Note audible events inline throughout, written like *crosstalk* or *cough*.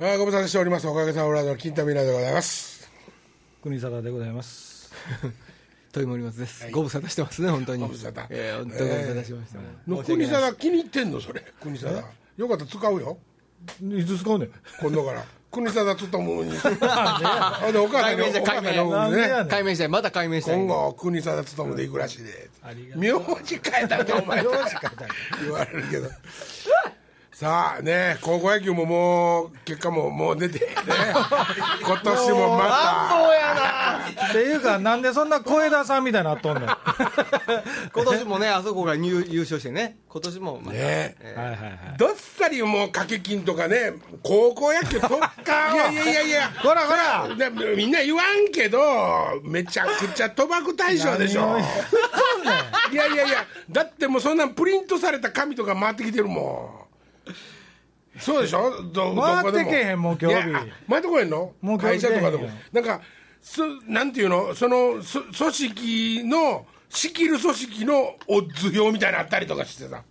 あーご無沙汰しておりますおかげさまラジオ金田美奈でございます国貞でございます問い森松です、ご無沙汰してますね本当に無沙汰ええ本当にご無沙汰してましたね、の申し訳国ない貞気に入ってんのそれ国貞よかったら使うよいつ使うねん今度 *laughs* から国貞つともにほんでお母さんにお改名して母さんに改名おなんでやねねん解明したいまた解明したい今後国貞つともで行くらしいでりが名字変えたんかお前名字変えた言われるけどさあね高校野球ももう結果ももう出て、ね、 *laughs* 今年もまたっていうかなんでそんな小枝さんみたいになっとんねん今年もねあ *laughs* そこが入優勝してね今年もまたねはいはいはいどっさりもう掛け金とかね高校野球特化いやい *laughs* やいやいやほらほらでみんな言わんけどめちゃくちゃ賭博対象でしょ何を言いやいやいやだってもうそんなんプリントされた紙とか回ってきてるもんそうでしょど回どこでってけへんもう今日日いやあ回ってこへんのもう今会日日社とかで出へもんよなんかすなんていうのそのそ組織の仕切る組織のオッズ表みたいなのあったりとかしてさ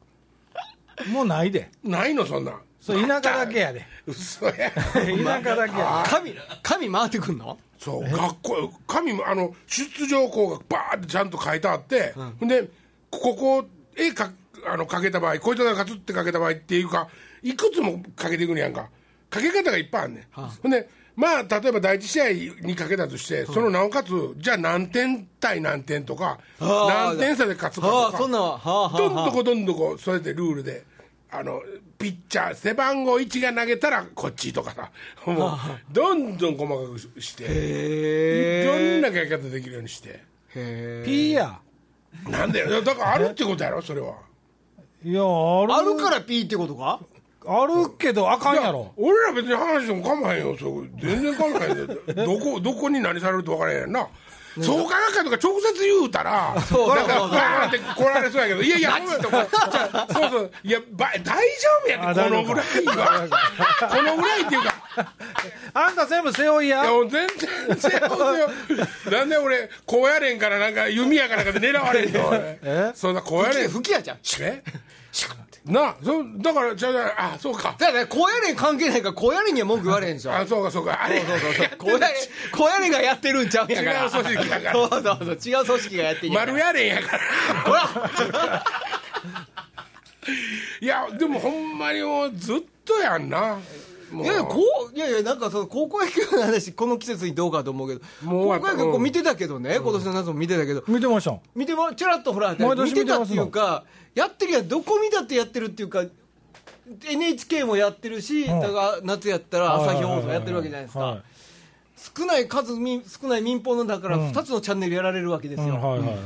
もうないでないのそんなんそれ田舎だけやで *laughs* 嘘や田舎だけや神神回ってくんのそう学校紙もあの出場校がバーってちゃんと書いてあって、ほんでここ絵かあのかけた場合こいつが勝つってかけた場合っていうかいくつもかけていくんやんかかけ方がいっぱいあんねん、ほんでまあ例えば第一試合にかけたとして、そのなおかつじゃあ何点対何点とかあー何点差で勝つかはとあかそんなはあはあどんはどこどんどこそれでルールであのピッチャー背番号1が投げたらこっちとかさもうどんどん細かくしして。へいえろんな書き方できるようにしてへえ P やなんだよだからあるってことやろそれはいやあるあるから P ってことかあるけどあかんやろ俺ら別に話してもかまへんよそこ全然かまへんよどこどこに何されると分からへんやんな創価学会とか直接言うたらそうなんそうそかうバーンって来られそうやけどいやいやそうそうそういやば大丈夫やあって大こ丈の夫ぐらいはこのぐらいっていうかあんた全部背負いいややもう全然違うよなんで俺こうやれんからなんか弓やからなんかで狙われんの俺そんなこうやれん吹きやじゃんえなあそだからじゃあじゃああそうかだから高野連関係ないから高野連には文句言われへんでしょあそうかそうかあれそうそう *laughs* そう高野連高野連がやってるんちゃうんやから違う組織やから *laughs* そうそうそう違う組織がやってんやから丸やれんやからほらいやでもほんまにもうずっとやんなもういやいやこういやいやなんかその高校野球の話この季節にどうかと思うけどもう終わった高校野球こう見てたけどね、今年の夏も見てたけど見てましたん見てもちらっとほら毎年見て見てたまっすていうかやってるやんどこ見たってやってるっていうか NHK もやってるし、んだから夏やったら朝日放送やってるわけじゃないですか、はいはい少ない数民少ない民放のだから2つのチャンネルやられるわけですよ、うんはいはいはい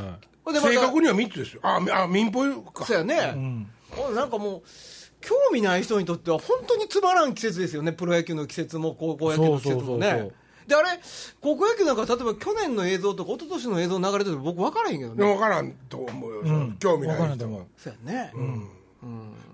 ほんでまた正確には3つですよあみあ民放かそうやね、おなんかもう興味ない人にとっては本当につまらん季節ですよねプロ野球の季節も高校野球の季節もねそうそうそうそうであれ高校野球なんか例えば去年の映像とか一昨年の映像流れてて僕分からへんけどでねも分からんと思うよ、興味なわからいんと人思うそうやね、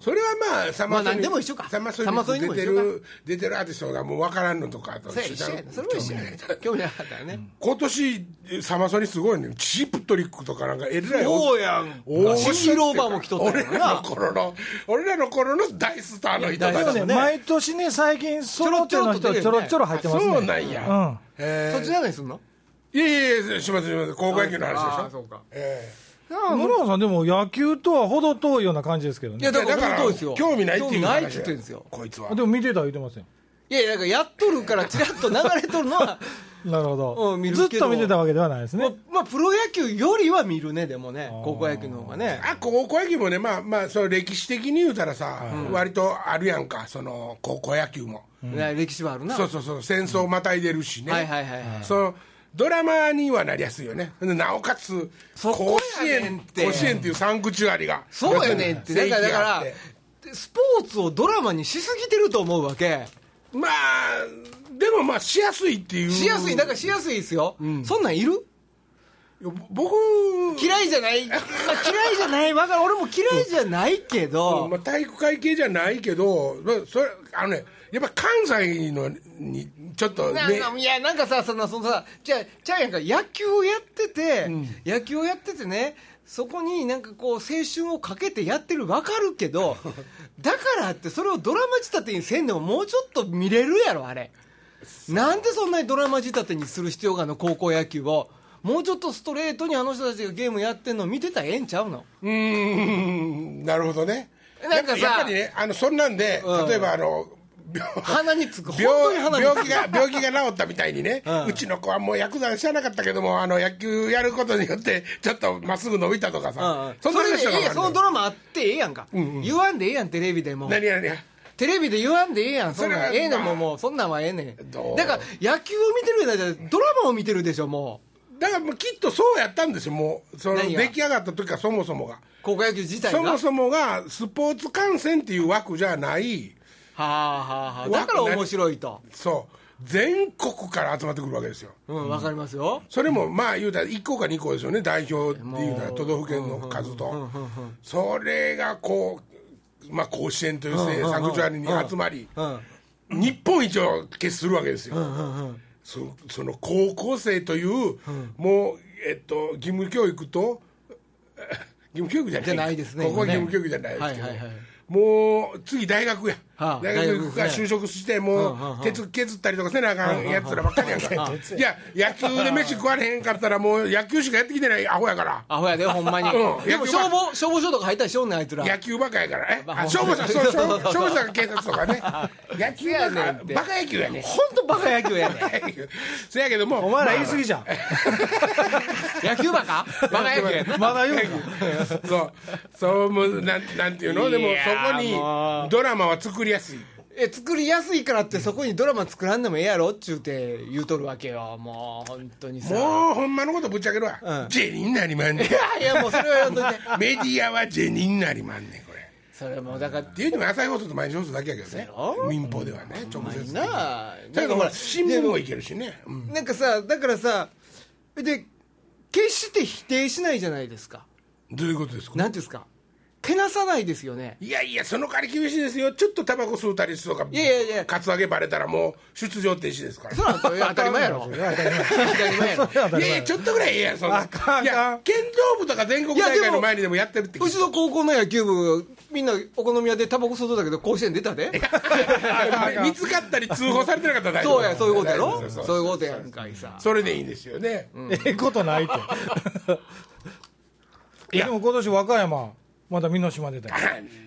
それはまあサまあ何でも一緒かサマソサマソニニにック出ても一緒かる出てるアーティストがもう分からんのとかとそうや一緒やねそれも一緒やね興味なかったよね、今年サマソニすごいねチープトリックとかなんかえらいそうやん大御所っていうかシングルオーバーも来とった俺よらのな頃の俺らの頃の大スターの人いやた大スタちーでもねね毎年ね最近ソロっていうの人ちちょょろろちちょょろろ入出あってますねそうなんや、うんえそっちじゃないすんのいやいやいやしますします高校野球の話あでしそょうかえ野良さんでも野球とは程遠いような感じですけどいねやだえからだから本当ですよ興味ないっていう話興味ないって言ってんですよこいつはでも見てた言ってませんいやいやなんかやっとるからちらっと流れとるのはなるほうどん見るずっけどと見てたわけではないですねまあプロ野球よりは見るねでもね高校野球の方がねあ高校野球もねまあまあその歴史的に言うたらさ、割とあるやんかその高校野球も、ね歴史はあるなそうそうそう戦争またいでるしね、はいはいはいはいそのドラマにはなりやすいよねでなおかつそ甲こ子やねん園って甲子園っていうサンクチュアリがそうよねってだからだ正規があかってらスポーツをドラマにしすぎてると思うわけまあでもまあしやすいっていうしやすいだからしやすいですよ、そんなんいるいや僕嫌いじ *laughs* ゃない、まあ、嫌いじゃないわかる俺も嫌いじゃないけど、まあ、体育会系じゃないけど、まあ、それあのねやっぱ関西のにちょっとねなんかいやなんかさそのそのさじゃあじゃあやんか野球をやってて、野球をやっててねそこになんかこう青春をかけてやってる分かるけど *laughs* だからってそれをドラマ仕立てにせんでももうちょっと見れるやろあれなんでそんなにドラマ仕立てにする必要があるの高校野球をもうちょっとストレートにあの人たちがゲームやってんの見てたらええんちゃうのうーんなるほどねなんかさやっぱりねあのそんなんで、うん例えばあの病鼻につく本当病に鼻につ病気くが病気が治ったみたいにね、ううんちの子はもう薬剤知らなかったけどもあの野球やることによってちょっとまっすぐ伸びたとかうんうさん、そんなそれ話でとかえもあるえやんのそのドラマあってええやんか、言わんでええやんテレビでも何何々テレビで言わんでええやんそんなんそれはええねまんあもうもうそんなんはええねんどうだから野球を見てるんじゃなくてドラマを見てるでしょもうだからもうきっとそうやったんですよもうその何が出来上がった時はそもそもが高校野球自体がそもそもがスポーツ観戦っていう枠じゃないはあはあはあだから面白いとそう全国から集まってくるわけですようんわかりますよそれもまあ言うたら1個か2個ですよね代表っていうのは都道府県の数とそれがこう、まあ、甲子園といううんねうんサンクチュアリに集まりうん日本一を決するわけですよそその高校生というもうえっと義務教育と *laughs* え義務教育じゃないじゃないですねここは今義ね務教育じゃないですけどはいはいはいもう次大学やはあ大学行くか大学ですね就職してうんうんうもんうケツ削ったりとかせなあかんやつらばっかりやん *laughs* からいや野球で飯食われへんかったらもう野球しかやってきてないアホやからアホやでほんまに、うんでも野球は消防消防署とか入ったりしょんねんあいつら野球ばかやからえまああ消防車そうそう消防消防車が警察とか *laughs* ね野球やそうやかねんてバカ野球やね本当バカ野球 *laughs* やねんそやけどもお前ら言い過ぎじゃん。野球バカバカ野球や *laughs* なまだ言うんか。そうそうもうなんなんていうのでもいやそこにもうドラマは作りやすいえ作りやすいからってそこにドラマ作らんでもええやろっちゅうて言うとるわけよもう本当にさもうほんまのことぶっちゃけるわ、うんジェニーになりまんねんいやもうそれはやんといてメディアはジェニーになりまんねんこれっそれもうだからていうのも朝日放送と毎日放送だけやけどねそうやろ民放ではね直接なだ *laughs* あけどほほらら新聞もいけるしね、うんなんかさだからさで決して否定しないじゃないですかどういうことですかなんていうんですかけなさないですよねいやいやその代わり厳しいですよちょっとタバコ吸うたりとかいやいやいやカツアゲバレたらもう出場停止ですからそら *laughs* それ当たり前やろ当たり前やろいやいやちょっとぐらいええやんそんなあかんあかんいや剣道部とか全国大会の前にでもやってるって聞ういちの高校の野球部みんなお好み屋でタバコ吸うとったけど甲子園出た *laughs* でた *laughs* 見つかったり通報されてなかったら大丈夫そうやそういうこと大や丈夫ろですよそういうことやんかいさそれでいいんですよね、 *laughs* ええことないって。いでやも今年和歌山、まだ美濃島出たよ。あん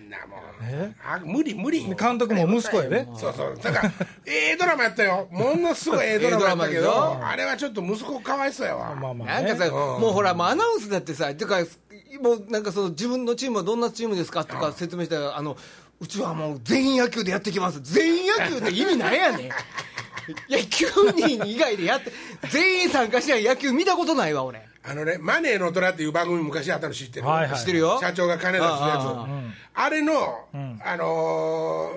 なもんえあ無理無理監督も息子やで。そうそうだからええドラマやったよものすごいええドラマやったけええドラマどであれはちょっと息子かわいそうやわまあまなあんねか。さ、うんもうほら、もうアナウンスだってさ、てか、もうなんかその自分のチームはどんなチームですかとか説明したら、あの、うちはもう全員野球でやってきます。全員野球って意味な *laughs* いやねん。いや、9人以外でやって、全員参加しない野球見たことないわ、俺。あのね「マネーの虎」っていう番組昔あったの知ってる、はいはい知ってるよ。社長が金出すやつああ,、れの、あの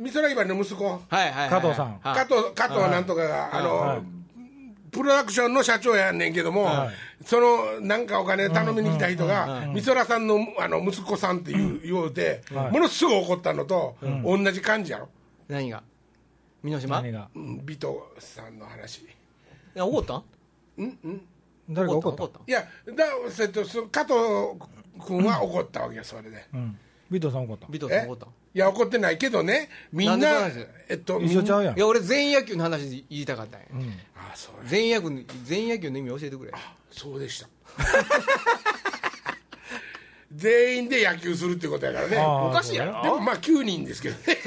ー美空ひばりの息子はいはいはい。加藤さん加はい藤加藤なんとかがあのーはいプロダクションの社長やんねんけども、そのなんかお金頼みに来た人が、美空さんのあの息子さんっていう言うて、ものすごい怒ったのと、同じ感じやろ、何が美濃島何が。うん、美藤さんの話。いや怒ったん誰が怒ったたいやだせっとそ加藤君は怒ったわけよそれで、うん。ビートさん怒った。尾藤さんえ怒ったんいや怒ってないけどねみんななんでそうなんですえっと一緒ちゃうやんい。や、俺全員野球の話言いたかったんや。あそうや全員野球、全員野球の意味教えてくれ。そうでした *laughs* 全員で野球するっていうことやからねあーおかしいやろでもまあ9人ですけどね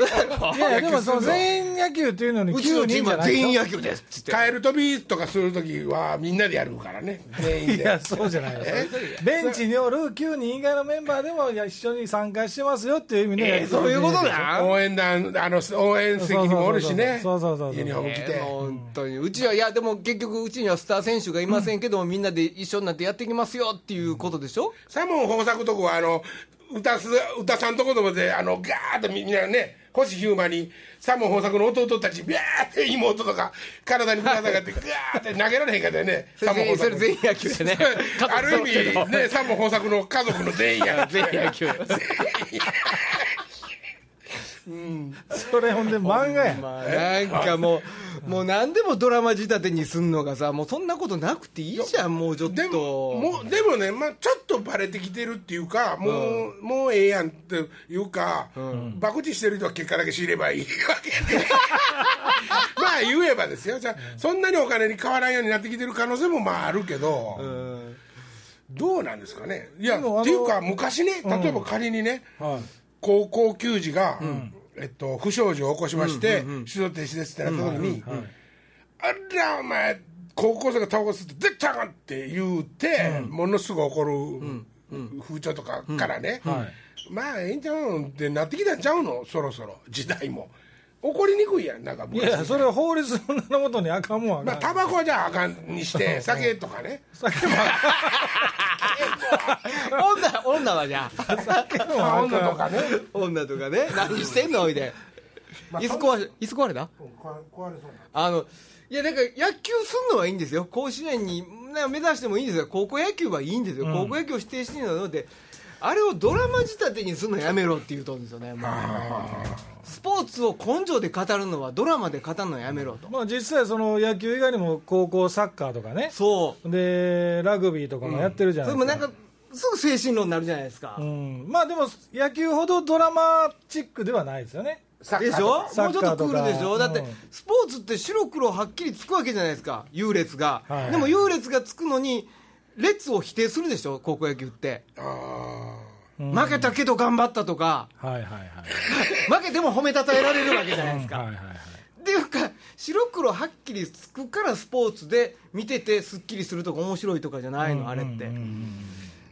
いやいやでも野球するのその全員野球っていうのにうちの9チー人ムじゃはないでしょ全員野球ですっつって。カエル跳びとかするときはみんなでやるからね全員いやでそうじゃないよえベンチにおる9人以外のメンバーでもいや一緒に参加してますよっていう意味でやってるそういうことだ応援団あの応援席にもおるしねそうそうそうそうそうそうそうそうユニフォーム着て、えーもう本当にうちはいやでも結局うちにはスター選手がいませんけども、みんなで一緒になってやっていきますよっていうことでしょ、サモン豊作とこはあの歌す歌さんとこどもであのガーッとみんなね星ヒューマにサモン豊作の弟たちビャーって妹とか体にぶら下がってガーって投げられへんかったよね *laughs* それサモン全員そ豊作れ全員野球でね *laughs* ある意味ねサモン豊作の家族の全員や *laughs* 全員野球それほんで漫画やなんかもうもう何でもドラマ仕立てにすんのがさもうそんなことなくていいじゃんもうちょっとでももうでもね、まあ、ちょっとバレてきてるっていうかもう,、もうええやんっていうか、バクチしてる人は結果だけ知ればいいわけで *laughs* まあ言えばですよじゃあ、そんなにお金に変わらんようになってきてる可能性もまああるけど、うんどうなんですかねいやっもあのていうか昔ね例えば仮にね、はい高校球児が、えっと、不祥事を起こしまして、出場停止ですってなった時に、あらお前高校生がタバコ吸って絶対あかんって言うて、ものすぐ怒る、風潮とかからね、はいまあええんちゃうんってなってきたんちゃうのそろそろ時代も怒りにくいやんなんかい昔やいやそれは法律の名のもとにあかんもんはまあ、タバコはじゃああかんにして酒とかね女女はじゃあまあ女とかね女とかね何してんのおいで椅子壊れ椅子壊れた壊れそうなあのいやなんか野球すんのはいいんですよ甲子園になんか目指してもいいんですよ高校野球はいいんですよ、高校野球を仕定してるのであれをドラマ仕立てにするのやめろって言うとるんですよねもうスポーツを根性で語るのはドラマで語るのやめろと、まあ実際その野球以外にも高校サッカーとかねそうでラグビーとかもやってるじゃそないれですもかなんかすぐ精神論になるじゃないですか、うん、まあでも野球ほどドラマチックではないですよねサッでカしーょともうかちょっとクールでしょだサっッカーとかてうんスポーツって白黒はっきりつくわけじゃないですか優劣が、はいでも優劣がつくのに列を否定するでしょ高校野球って、あ負けたけど頑張ったとかはいはいはい負けても褒めたたえられるわけじゃないですか、はいはいはいっていうか白黒はっきりつくからスポーツで見ててすっきりするとか面白いとかじゃないの、あれって、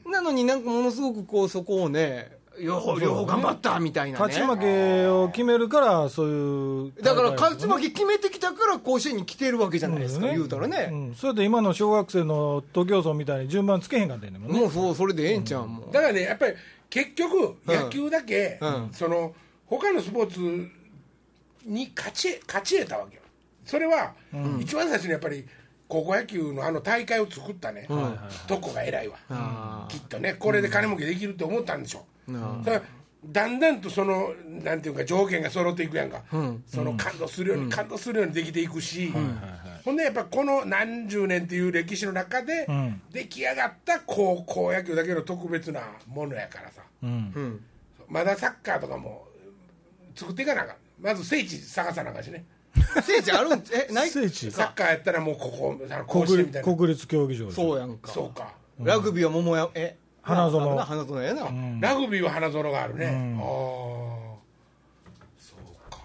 なのになんかものすごくこうそこをね両方両方頑張ったみたいなね勝ち負けを決めるからそういうだから勝勝ち負け決めてきたから甲子園に来てるわけじゃないですか、言うたらね、ん、それで今の小学生の徒競走みたいに順番つけへんかったんねもんねもうそうそれでええんちゃうもん、だからねやっぱり結局うん野球だけ、うんその他のスポーツに勝ち勝ち得たわけよそれは、一番最初にやっぱり高校野球のあの大会を作ったね、とこが偉いわ、あきっとねこれで金儲けできると思ったんでしょう、うんだからだんだんとそのなんていうか条件が揃っていくやんか、その感動するように、感動するようにできていくし、ほんでやっぱこの何十年っていう歴史の中で、ん出来上がった高校野球だけの特別なものやからさうんうんまだサッカーとかも作っていかなあかんまず聖地探さなあかんしね聖地あるんえない *laughs* 聖地サッカーやったらもうここあの甲子園国みたいな国立競技場でそうやんかそうか、ラグビーは桃やえ花園な花園やな、ラグビーは花園があるね、ああ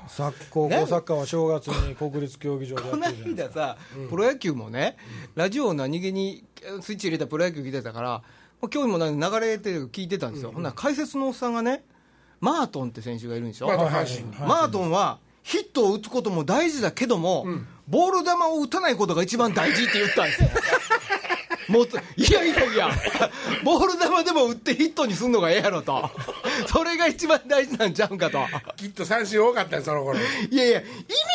さ高校サッカーは正月に国立競技場でやこってのるじゃない間さ、プロ野球もね、ラジオを何気にえスイッチ入れたプロ野球聞いてたから、もう興味もない流れて聞いてたんですよ、ほんなら解説のおっさんがね、マートンって選手がいるんでしょ、まだ阪神にマートンはヒットを打つことも大事だけども、ボール球を打たないことが一番大事って言ったんですよ。 *laughs* もっといやいやいや、ボール球でも打ってヒットにすんのがええやろと、それが一番大事なんちゃうんかと、きっと三振多かったよその頃いやいや、意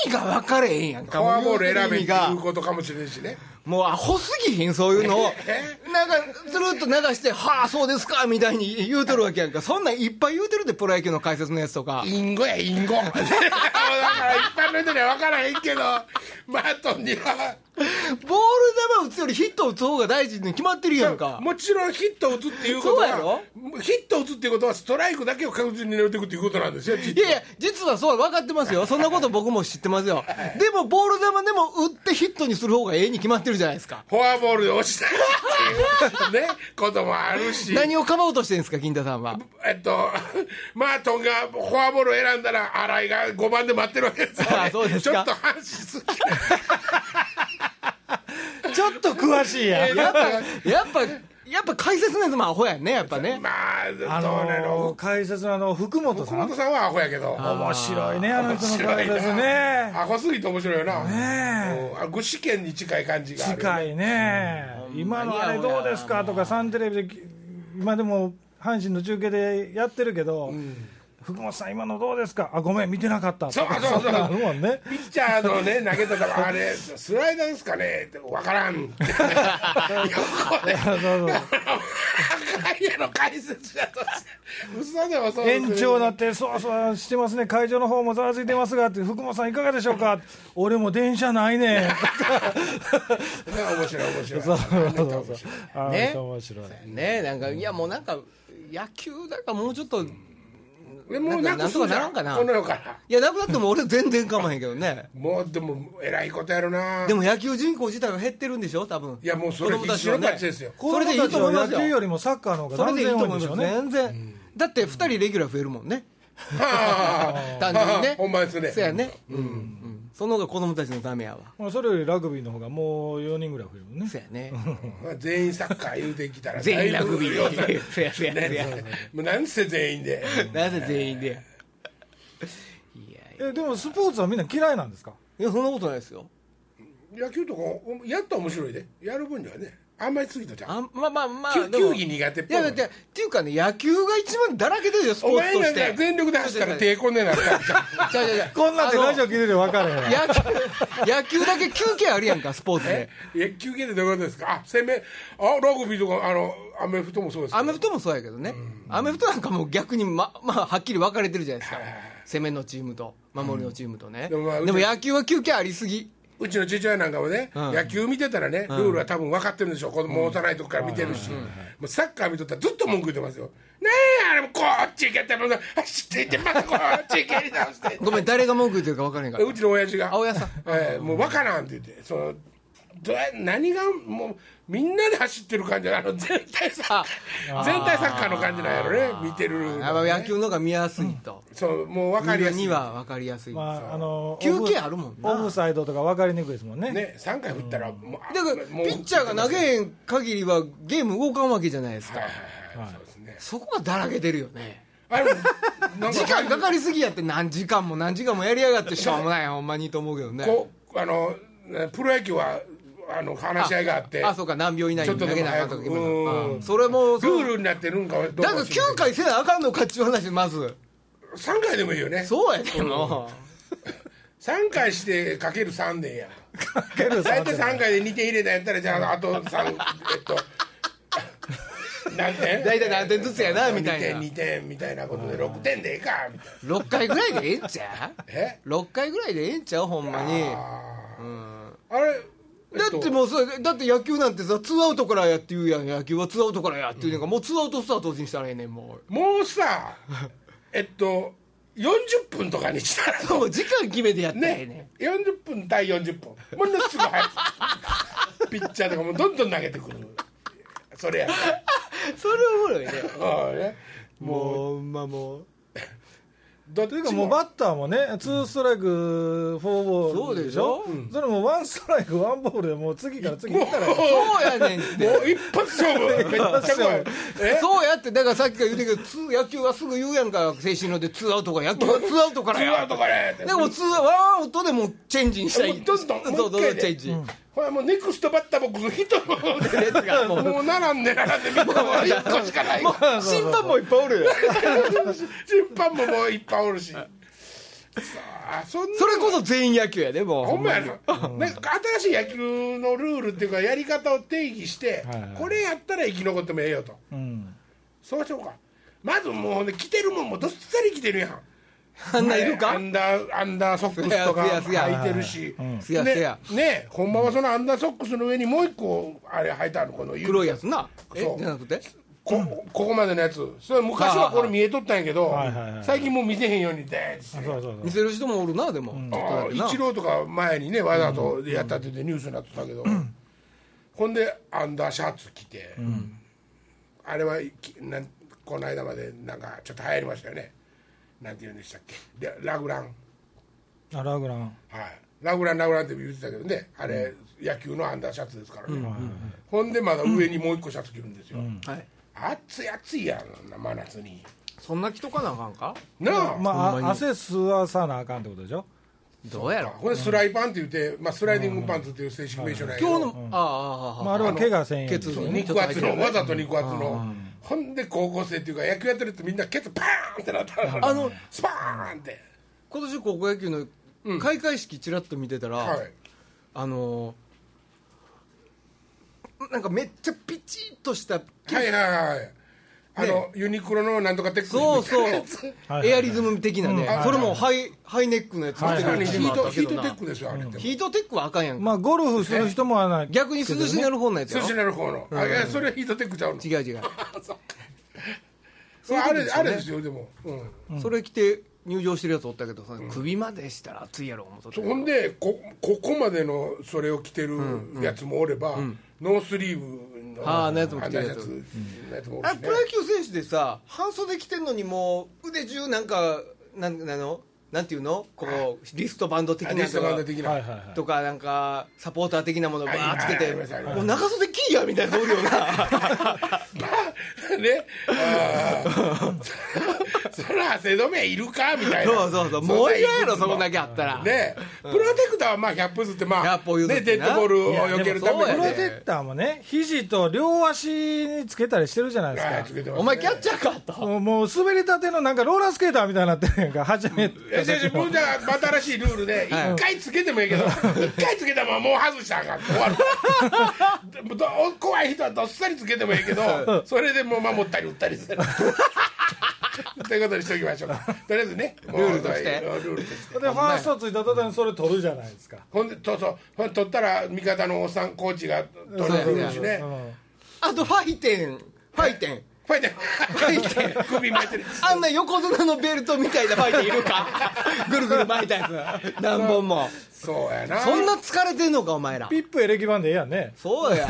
味が分かれへんやんか、フォアボール選べ意って味がいうことかもしれんしねもうアホすぎひん、そういうのを、 *laughs* なんか、ずるっと流して、はあ、そうですか、みたいに言うてるわけやんか、そんなんいっぱい言うてるで、プロ野球の解説のやつとか、インゴやイン *laughs* ゴだから一般の人には分からへんけどマートンにはボール球打つよりヒット打つ方が大事に決まってるやんか、もちろんヒットを打つっていうことはそうヒットを打つっていうことはストライクだけを確実に狙っていくっていうことなんですよいやいや、実はそう、分かってます *laughs* よ、そんなこと僕も知ってますよ、でも、ボール球でも打ってヒットにする方がええに決まってるじゃないですか、フォアボールで落ちたっていう *laughs* ねこともあるし何をかばおうとしてるんですか、銀田さんは。えっと、マートンがフォアボールを選んだら、新井が5番で待ってるわけですよね、あそうですかちょっと阪神すぎるちょっと詳しいやんやっぱ、やっぱ、やっぱ解説のやつもアホやね、やっぱね。まあ、どうあなののー、解説のあの福本福さん本さんはアホやけど、面白いねあの人の面解説白いねなアホすぎて面白いよな、ね、あ具志堅に近い感じがある、近いね、今のあれどうですかとかサンテレビでき今でも阪神の中継でやってるけど、福本さん今のどうですかあごめん見てなかったそうそうそんなうあるもんねピッチャーのね投げた球あれスライダーですかねって分から *laughs* ん横でそうそ赤ういやろ解説者として嘘でもそう延長だってそわそわしてますね会場の方もざわついてますがって福本さんいかがでしょうか俺も電車ない *laughs* ねんね面白い面白いそうそうそうそうあねー面白いねなんかいやもうなんか野球だからもうちょっといでもうなくすんじゃなんとかならんかなこの世からやなくなっても俺全然構わへんけどねもうでも偉いことやろなでも野球人口自体は減ってるんでしょ多分いやもうそれ子供た必ち死はのね勝ちですよそれでいいと思います子供たちの野球よよりもサッカーの方そが断れでいい然と多い思でしいょまうすね全然だって2人レギュラー増えるもんね単単純にね *laughs* ほんまですねそやねうんその方が子供たちのためやわまあそれよりラグビーの方がもう4人ぐらい増えるもんねそやねまあ全員サッカー言うてきたら全員ラグビだいぶー *laughs* そやそやそやねもうなんせ全員でなぜ全員でいやいやえでもスポーツはみんな嫌いなんですかいやそんなことないですよ野球とかおやったら面白いでやる分にはねあんまりすぎたじゃんあまあまあまあ球でも球技苦手っぽいいやだってっていうかね野球が一番だらけですよスポおーツ前となしんかて全力で走ったら手込んでなったんじゃ *laughs* んちゃうちゃうちゃうこんなんであのラジオ聞いてて分かれへんわ野球野球だけ休憩あるやんかスポーツでいや球技ってどういうことですかあ攻めあラグビーとかあのアメフトもそうですけどアメフトもそうやけどねアメフトなんかもう逆にま *laughs* まあはっきり分かれてるじゃないですか攻めのチームと守りのチームとねでもまあでも野球は休憩ありすぎうちの父親なんかもね、野球見てたらね、ルールは多分分かってるんでしょう、子供幼い時から見てるし、もうサッカー見とったらずっと文句言ってますよ、ねえ、あれもこっち行けっての、走っていって、またこっち行けに直して、ごめん誰が文句言ってるか分からへんからうちの親父が、青柳さんええもう分からんって言って、そのどうや何がもう、みんなで走ってる感じなの、全体サッカー、全体サッカーの感じなんやろね、見てるのねやっぱ野球の方が見やすいとそう、もう分かりやすいに。は分かりやすいまああの休憩あるもんなオフサイドとか分かりにくいですもんねね、3回振ったらもう、あだからピもうッチャーが投げへん限りはゲーム動かんわけじゃないですか、はいそうですねそこはだらけてるよねあれもなん時間かかりすぎやって何時間も何時間もやりやがってしょうもないほんまにと思うけどねこうあの *laughs* ねプロ野球はあの話し合いがあってあそうか何秒以内に投げなあかんとかちょっとでも早くうんうんそれもルそうールになってるんかはどうだからもしれない9回せなあかんのかっちゅう話まず3回でもいいよねそうやけど3回してかける3年やけどさ大体3回で2点入れたんやったらじゃああと3 *laughs* えっと *laughs* 何点大体何点ずつやなみたい2な点2点みたいなことで6点でええかみたいな6回ぐらいでええんちゃえう6回ぐらいでええんちゃうほんまにあれだってもうそれだって野球なんてさツーアウトからやって言うやん野球はツーアウトからやっていうのが、もうツーアウトスタートにしたらええねんもうもうさえっと40分とかにしたらもう *laughs* 時間決めてやったらええねね、40分対40分ものすごい *laughs* 速いピッチャーとかもどんどん投げてくるそれやねんそれはおもろいねうんねもうまあもうどっというかちももうバッターもね、ツーストライク、フォーボールでしょ、そうでそれもワンストライク、ワンボールでもう次から *laughs* 次も行うったら、そうやねんってもう一発勝負 *laughs* めっちゃ怖いえそうやってだからさっきから言うてるけどツー野球はすぐ言うやんか精神論でツーアウトから野球はツーアウトかツらーアやウトからやででもツーワンアウトでもうチェンジにしたいもうどんどんそうもどう一回でんどんチェンジ、ほらもうネクストバッターボックスヒットレッツがも *laughs* うもう並んで並んでみんなもう1個しか *laughs* ないから審判もいっぱいおるよ審判ももういっぱいおるしさあそんなそれこそ全員野球やでもうほんまやななんか新しい野球のルールっていうかやり方を定義して、はいはいこれやったら生き残ってもええよとうん、そうしようかまずもうね着てるもんもどっさり着てるやんあんないるかアンダーアンダーソックスとかすやすやすや履いてるし、すやすやねねほんまはそのアンダーソックスの上にもう一個あれ履いてあるこの黒いやつなえそうじゃなくてこここまでのやつそれ昔はこれ見えとったんやけど、はいはいはい最近もう見せへんようにでーそうそう見せる人もおるなでも、ちょっとだあけな一郎とか前にねわざとやったって言ってニュースになってたけど、ほんでアンダーシャツ着て、あれはきなんこの間までなんかちょっと流行りましたよねなんて言うんでしたっけでラグランそう、あラグラン、はいラグランラグランって言ってたけどねあれ、野球のアンダーシャツですからね、ほんでまだ上にもう一個シャツ着るんですよ、はい、暑い暑いやんな真夏にそんな着とかなあかんかなあ、まほんまにあ、汗吸わさなあかんってことでしょ、どうやろこれスライパンって言って、まあ、スライディングパンツっていう正式名称なんやけ今日の、どああああまあ、あれは怪我せんようにケツそうね肉厚のわちょざと肉厚のほんで高校生っていうか野球やってるとみんなケツパーンってなったらあのスパーンって今年高校野球の開会式ちらっと見てたら、はいあのーなんかめっちゃピチッとしたはいはいはいあの、ユニクロのなんとかテックそうそうはいはいエアリズム的なね、うんそれもハイハイネックのやつ確かにヒートヒヒーートトテテッッククですよあれってヒートテックはあかんやんか、まあゴルフする人もあの逆に涼しになる方のやつ寿やろ司なる方のあいやそれはヒートテックちゃうの違う違う、それあれそうあいうことですよねれですよでも、うん、それ着て入場してるやつおったけどさ首までしたら暑いやろ思っとったそけほどんでこここまでのそれを着てるやつもおれば、ノースリーブのあーあのやつも着てるやつあののやつもおるあし、ねプロ野球選手でさ半袖着てんのにもう腕中なんかなんなのなんていうのこうリストバンド的あなリやスつとトバンかド的な、はいはいはいとかなんかサポーター的なものバーッつけはていはいはいはいもう長袖着いやみたいなのおるよな *laughs* ねあーそ *laughs* ら汗止めいるかみたいなそうそうそそうんなもう嫌やろいくつもそこだけあったらねプロテクターはまあ100歩ずってまあ100歩譲ってね、デッなドボールを避けるためいやにプでもねロそうやテクターもね肘と両足につけたりしてるじゃないですはいかつけてますねお前キャッチャーかともうもう滑りたてのなんかローラースケーターみたいになってるやんか初めてえ先生もうじゃあまた新しいルールではい1回つけてもいいけど1回つけたままもう外したらあかん終わる *laughs* でもど怖い人はどっさりつけてもいいけどそれでもう守ったり打ったりするということにしておきましょうかとりあえずねもうルールとしてルールとしてでファーストついた途端にそれ取るじゃないですかほんでそうそうほんで取ったら味方のおっさんコーチが取そうやねるしねうんあとファイテンファイテンこうやって首巻いてるあんな横綱のベルトみたいなファイテンいる *laughs* かぐるぐる巻いたやつ何本もそうやなそんな疲れてんのかお前らピップエレキバンでええやんねそうや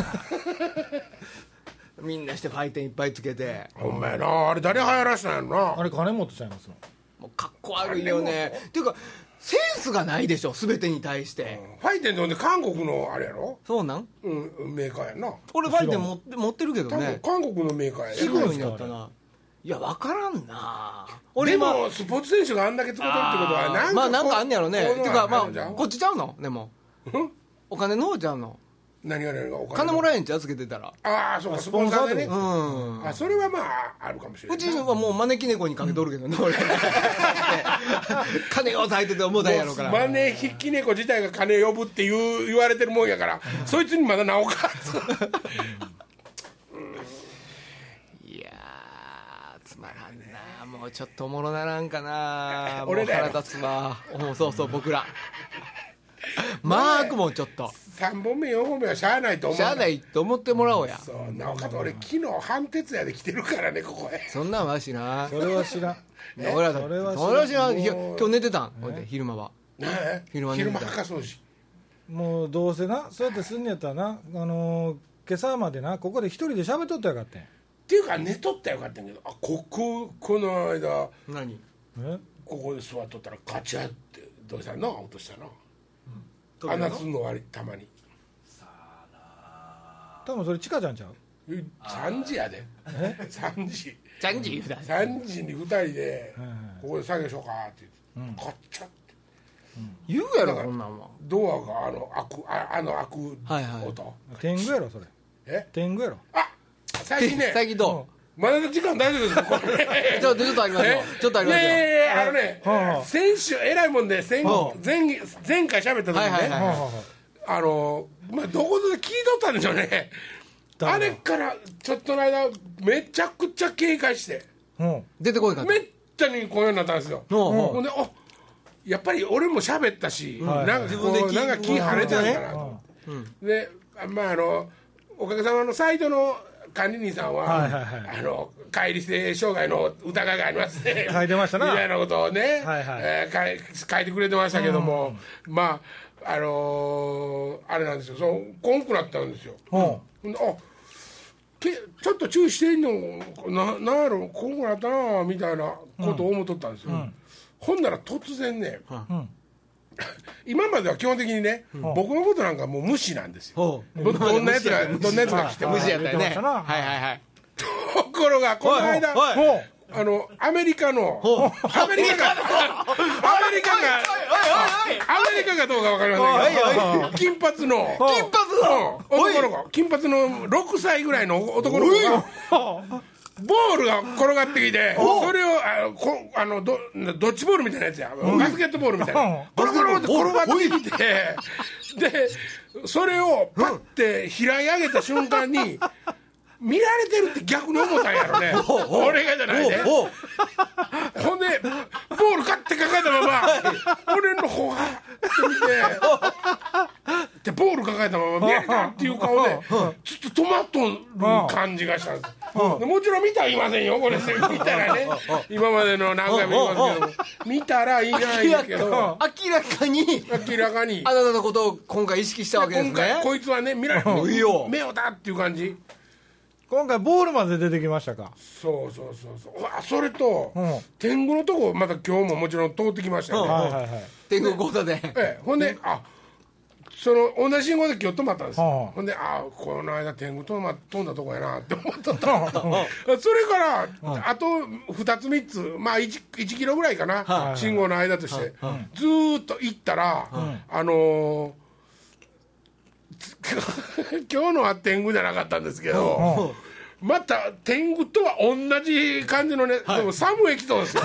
みんなしてファイテンいっぱいつけてほんまやなあれ誰流行らしたんやろなあれ金持ってちゃいますのもうかっこ悪いよねっていうかセンスがないでしょ全てに対して、ファイテンってほんで韓国のあれやろそうなんうんメーカーやな俺ファイテン持って持ってるけど多分ね韓国のメーカーやねすぐになったないや分からんな俺で今もスポーツ選手があんだけ使ってるってことはなんあかーまあなんかあんねやろねこていうかまあここっちちゃうのでもお金の方ちゃうの何が何がお金金もらえんちゃうつけてたらああそうかスポンサーでスねポうんあそれはまああるかもしれうないちはもう招き猫にかけとるけどね、俺 *laughs* 金を咲いてて思うたんやろからマネー引き猫自体が金呼ぶっていう言われてるもんやからそいつにまだなおかついやーつまらんなもうちょっとおもろならんかな *laughs* 俺らやもろう腹立つわもうそうそう僕 *laughs* らマークもちょっと3本目4本目はしゃあないと思うしゃあないと思ってもらおうやそうなおかつ俺昨日半徹夜で来てるからねここへそんなんはしなそれは知らん俺らだってそれは知らんそれはしないや今日寝てたんほんで昼間はねえ昼昼間間に見たはかそうしもうどうせなそうやってすんねやったらなあのー今朝までなここで一人で喋っとったらよかったんやっていうか寝とったらよかったんやけどあこここの間何えここで座っとったらガチャってどうしたの落としたの扉の穴すんのありたまに多分それチカちゃんちゃうえ3時やで3時チャンジ言うだ3時に2人ではい「ここで作業しようか」って言って「ガッチャって言うやろこんなんはドアがあの開くああの開くはいはい音天狗やろそれえ天狗やろあ最近ね最近どまだ時間大丈夫ですかこうれちょっ *laughs* とちょっとありますよえちょっとありますいよやいやいやあのねはあ先週偉いもんで先はあ前前回喋った時はいはいねはいはあはあはああのまあどこで聞いとったんでしょうねだからあれからちょっとの間めちゃくちゃ警戒してうん出てこいかっためったにこういうようになったんですようんうんほんでおやっぱり俺も喋ったし、はいなんかこ自分うで聞いなんか気晴れてるかなと、でまああのおかげさまのサイトの管理人さんは、はいはいはあの乖離性障害の疑いがありますね書いてましたなみたいなことをね、はいはいえー書い書いてくれてましたけども、まああのーあれなんですよそのこんくなったんですよ、うんほんであけちょっと注意してんのななんやろこうなったなみたいなことを思っとったんですよ、ほんなら突然ね、ん *laughs* 今までは基本的にね、僕のことなんかもう無視なんですよ、ほ *laughs* うどどんなやつがどんなやつが来ても無視やったよ言ってましたねなはいはいはいところがこの間おいおいもうあのアメリカのアメリカがアメリカがアメリカかどうかわかりませんけど金髪の金髪のうん男の子金髪の6歳ぐらいの男の子がボールが転がってきてそれをあのこあのどドッジボールみたいなやつやバスケットボールみたいうんなコロコロって転がってきてでそれをパッて平い上げた瞬間に見られてるって逆に思ったんやろ *laughs* ね俺がじゃないねおうほんで、ボール買って抱えたまま、俺の方が、って見て、で、ボール抱えたまま、見られたっていう顔で、ずっと止まっとる感じがしたんです。でもちろん見たらいませんよ、これ、見たらね、今までの何回も言いますけど、見たらいないん明だらけど、か明らかに明らかにあ。なたのことを今回意識したわけです今回、ねこいつはね、見られいいよ目をだっていう感じ。今回ボールまで出てきましたかそうそうそうそう。うわ、それとうん、天狗のとこ、また今日ももちろん通ってきましたよね。はいはいはい天狗講座でええ、ほんで、あその同じ信号で今日止まったんですよ、はあほんであこの間天狗飛,、ま、飛んだとこやなって思っとった、 *laughs* それから、あと2つ3つまあ 1, 1キロぐらいかな、信号の間として、ずーっと行ったら、あのー *laughs* つ今日のは天狗じゃなかったんですけど、また天狗とは同じ感じのね、でも寒い駅とですよ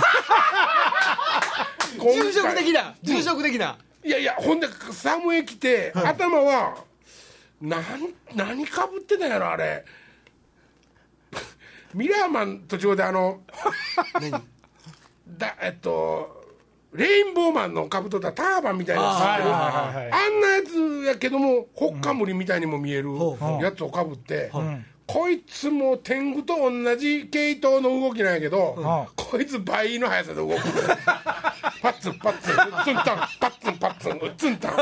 今回住職的な住職的ないやいやほんで寒い来て、頭はなん何かぶってたんやろあれ *laughs* ミラーマン途中であのだえっとレインボーマンのかぶとったターバンみたいなやつあ,、はいはいはいはいんなやつやけどもほっかむりみたいにも見えるやつをかぶって、こいつも天狗と同じ系統の動きなんやけど、こいつ倍の速さで動くパッツンパッツンツンタンパッツンパッツンツンタン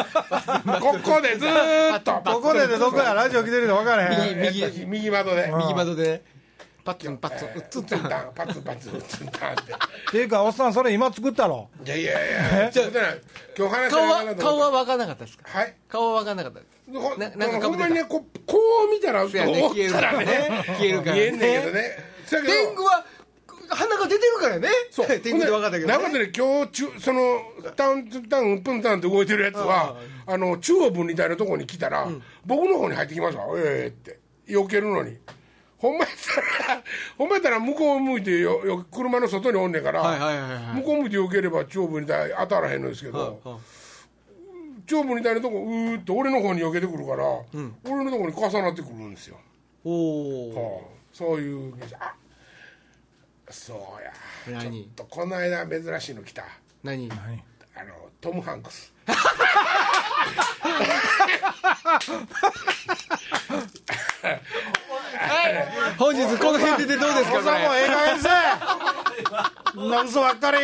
ここでずーっとここでねどこやラジオ来てるか分からへん右右右窓で右窓でパッツンパッツンうっつツっンタンパッツンパッツンツンタンってっていうかおっさんそれ今作ったろいやいやいや、ちょっとね今日話して顔なかったはと顔思っは分からなかったですかてはい。顔は分からなかったですほななんかほんまにね、こう、こう見たら、どうやね思ったら *laughs* ね、消えるから見ねえんねんけどね。そやけど天狗は鼻が出てるからねそう。 *laughs* 天狗で分かったけどほんでなんかね、今日中、その、ダウン、ダウン、プンタウンって動いてるやつは、あの、中央分離帯のとこに来たら、僕の方に入ってきました。ええって。避けるのに。ほんまやったら、 *laughs* ほんまやったら向こう向いてよ、よ車の外におんねんから、はいはいはいはい向こう向いて避ければ中央分離帯当たらへんのですけど、長部みたいなとこうーっと俺の方に避けてくるから、俺のとこに重なってくるんですよ、おおはあそういう現象あそうや何ちょっとこの間珍しいの来た何あのトム・ハンクス本日この辺でどうおですかっこさんもうれええ加 *laughs* 減せえんな嘘ばっかり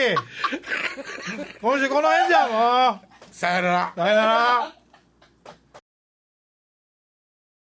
今週この辺じゃもうさよならさよなら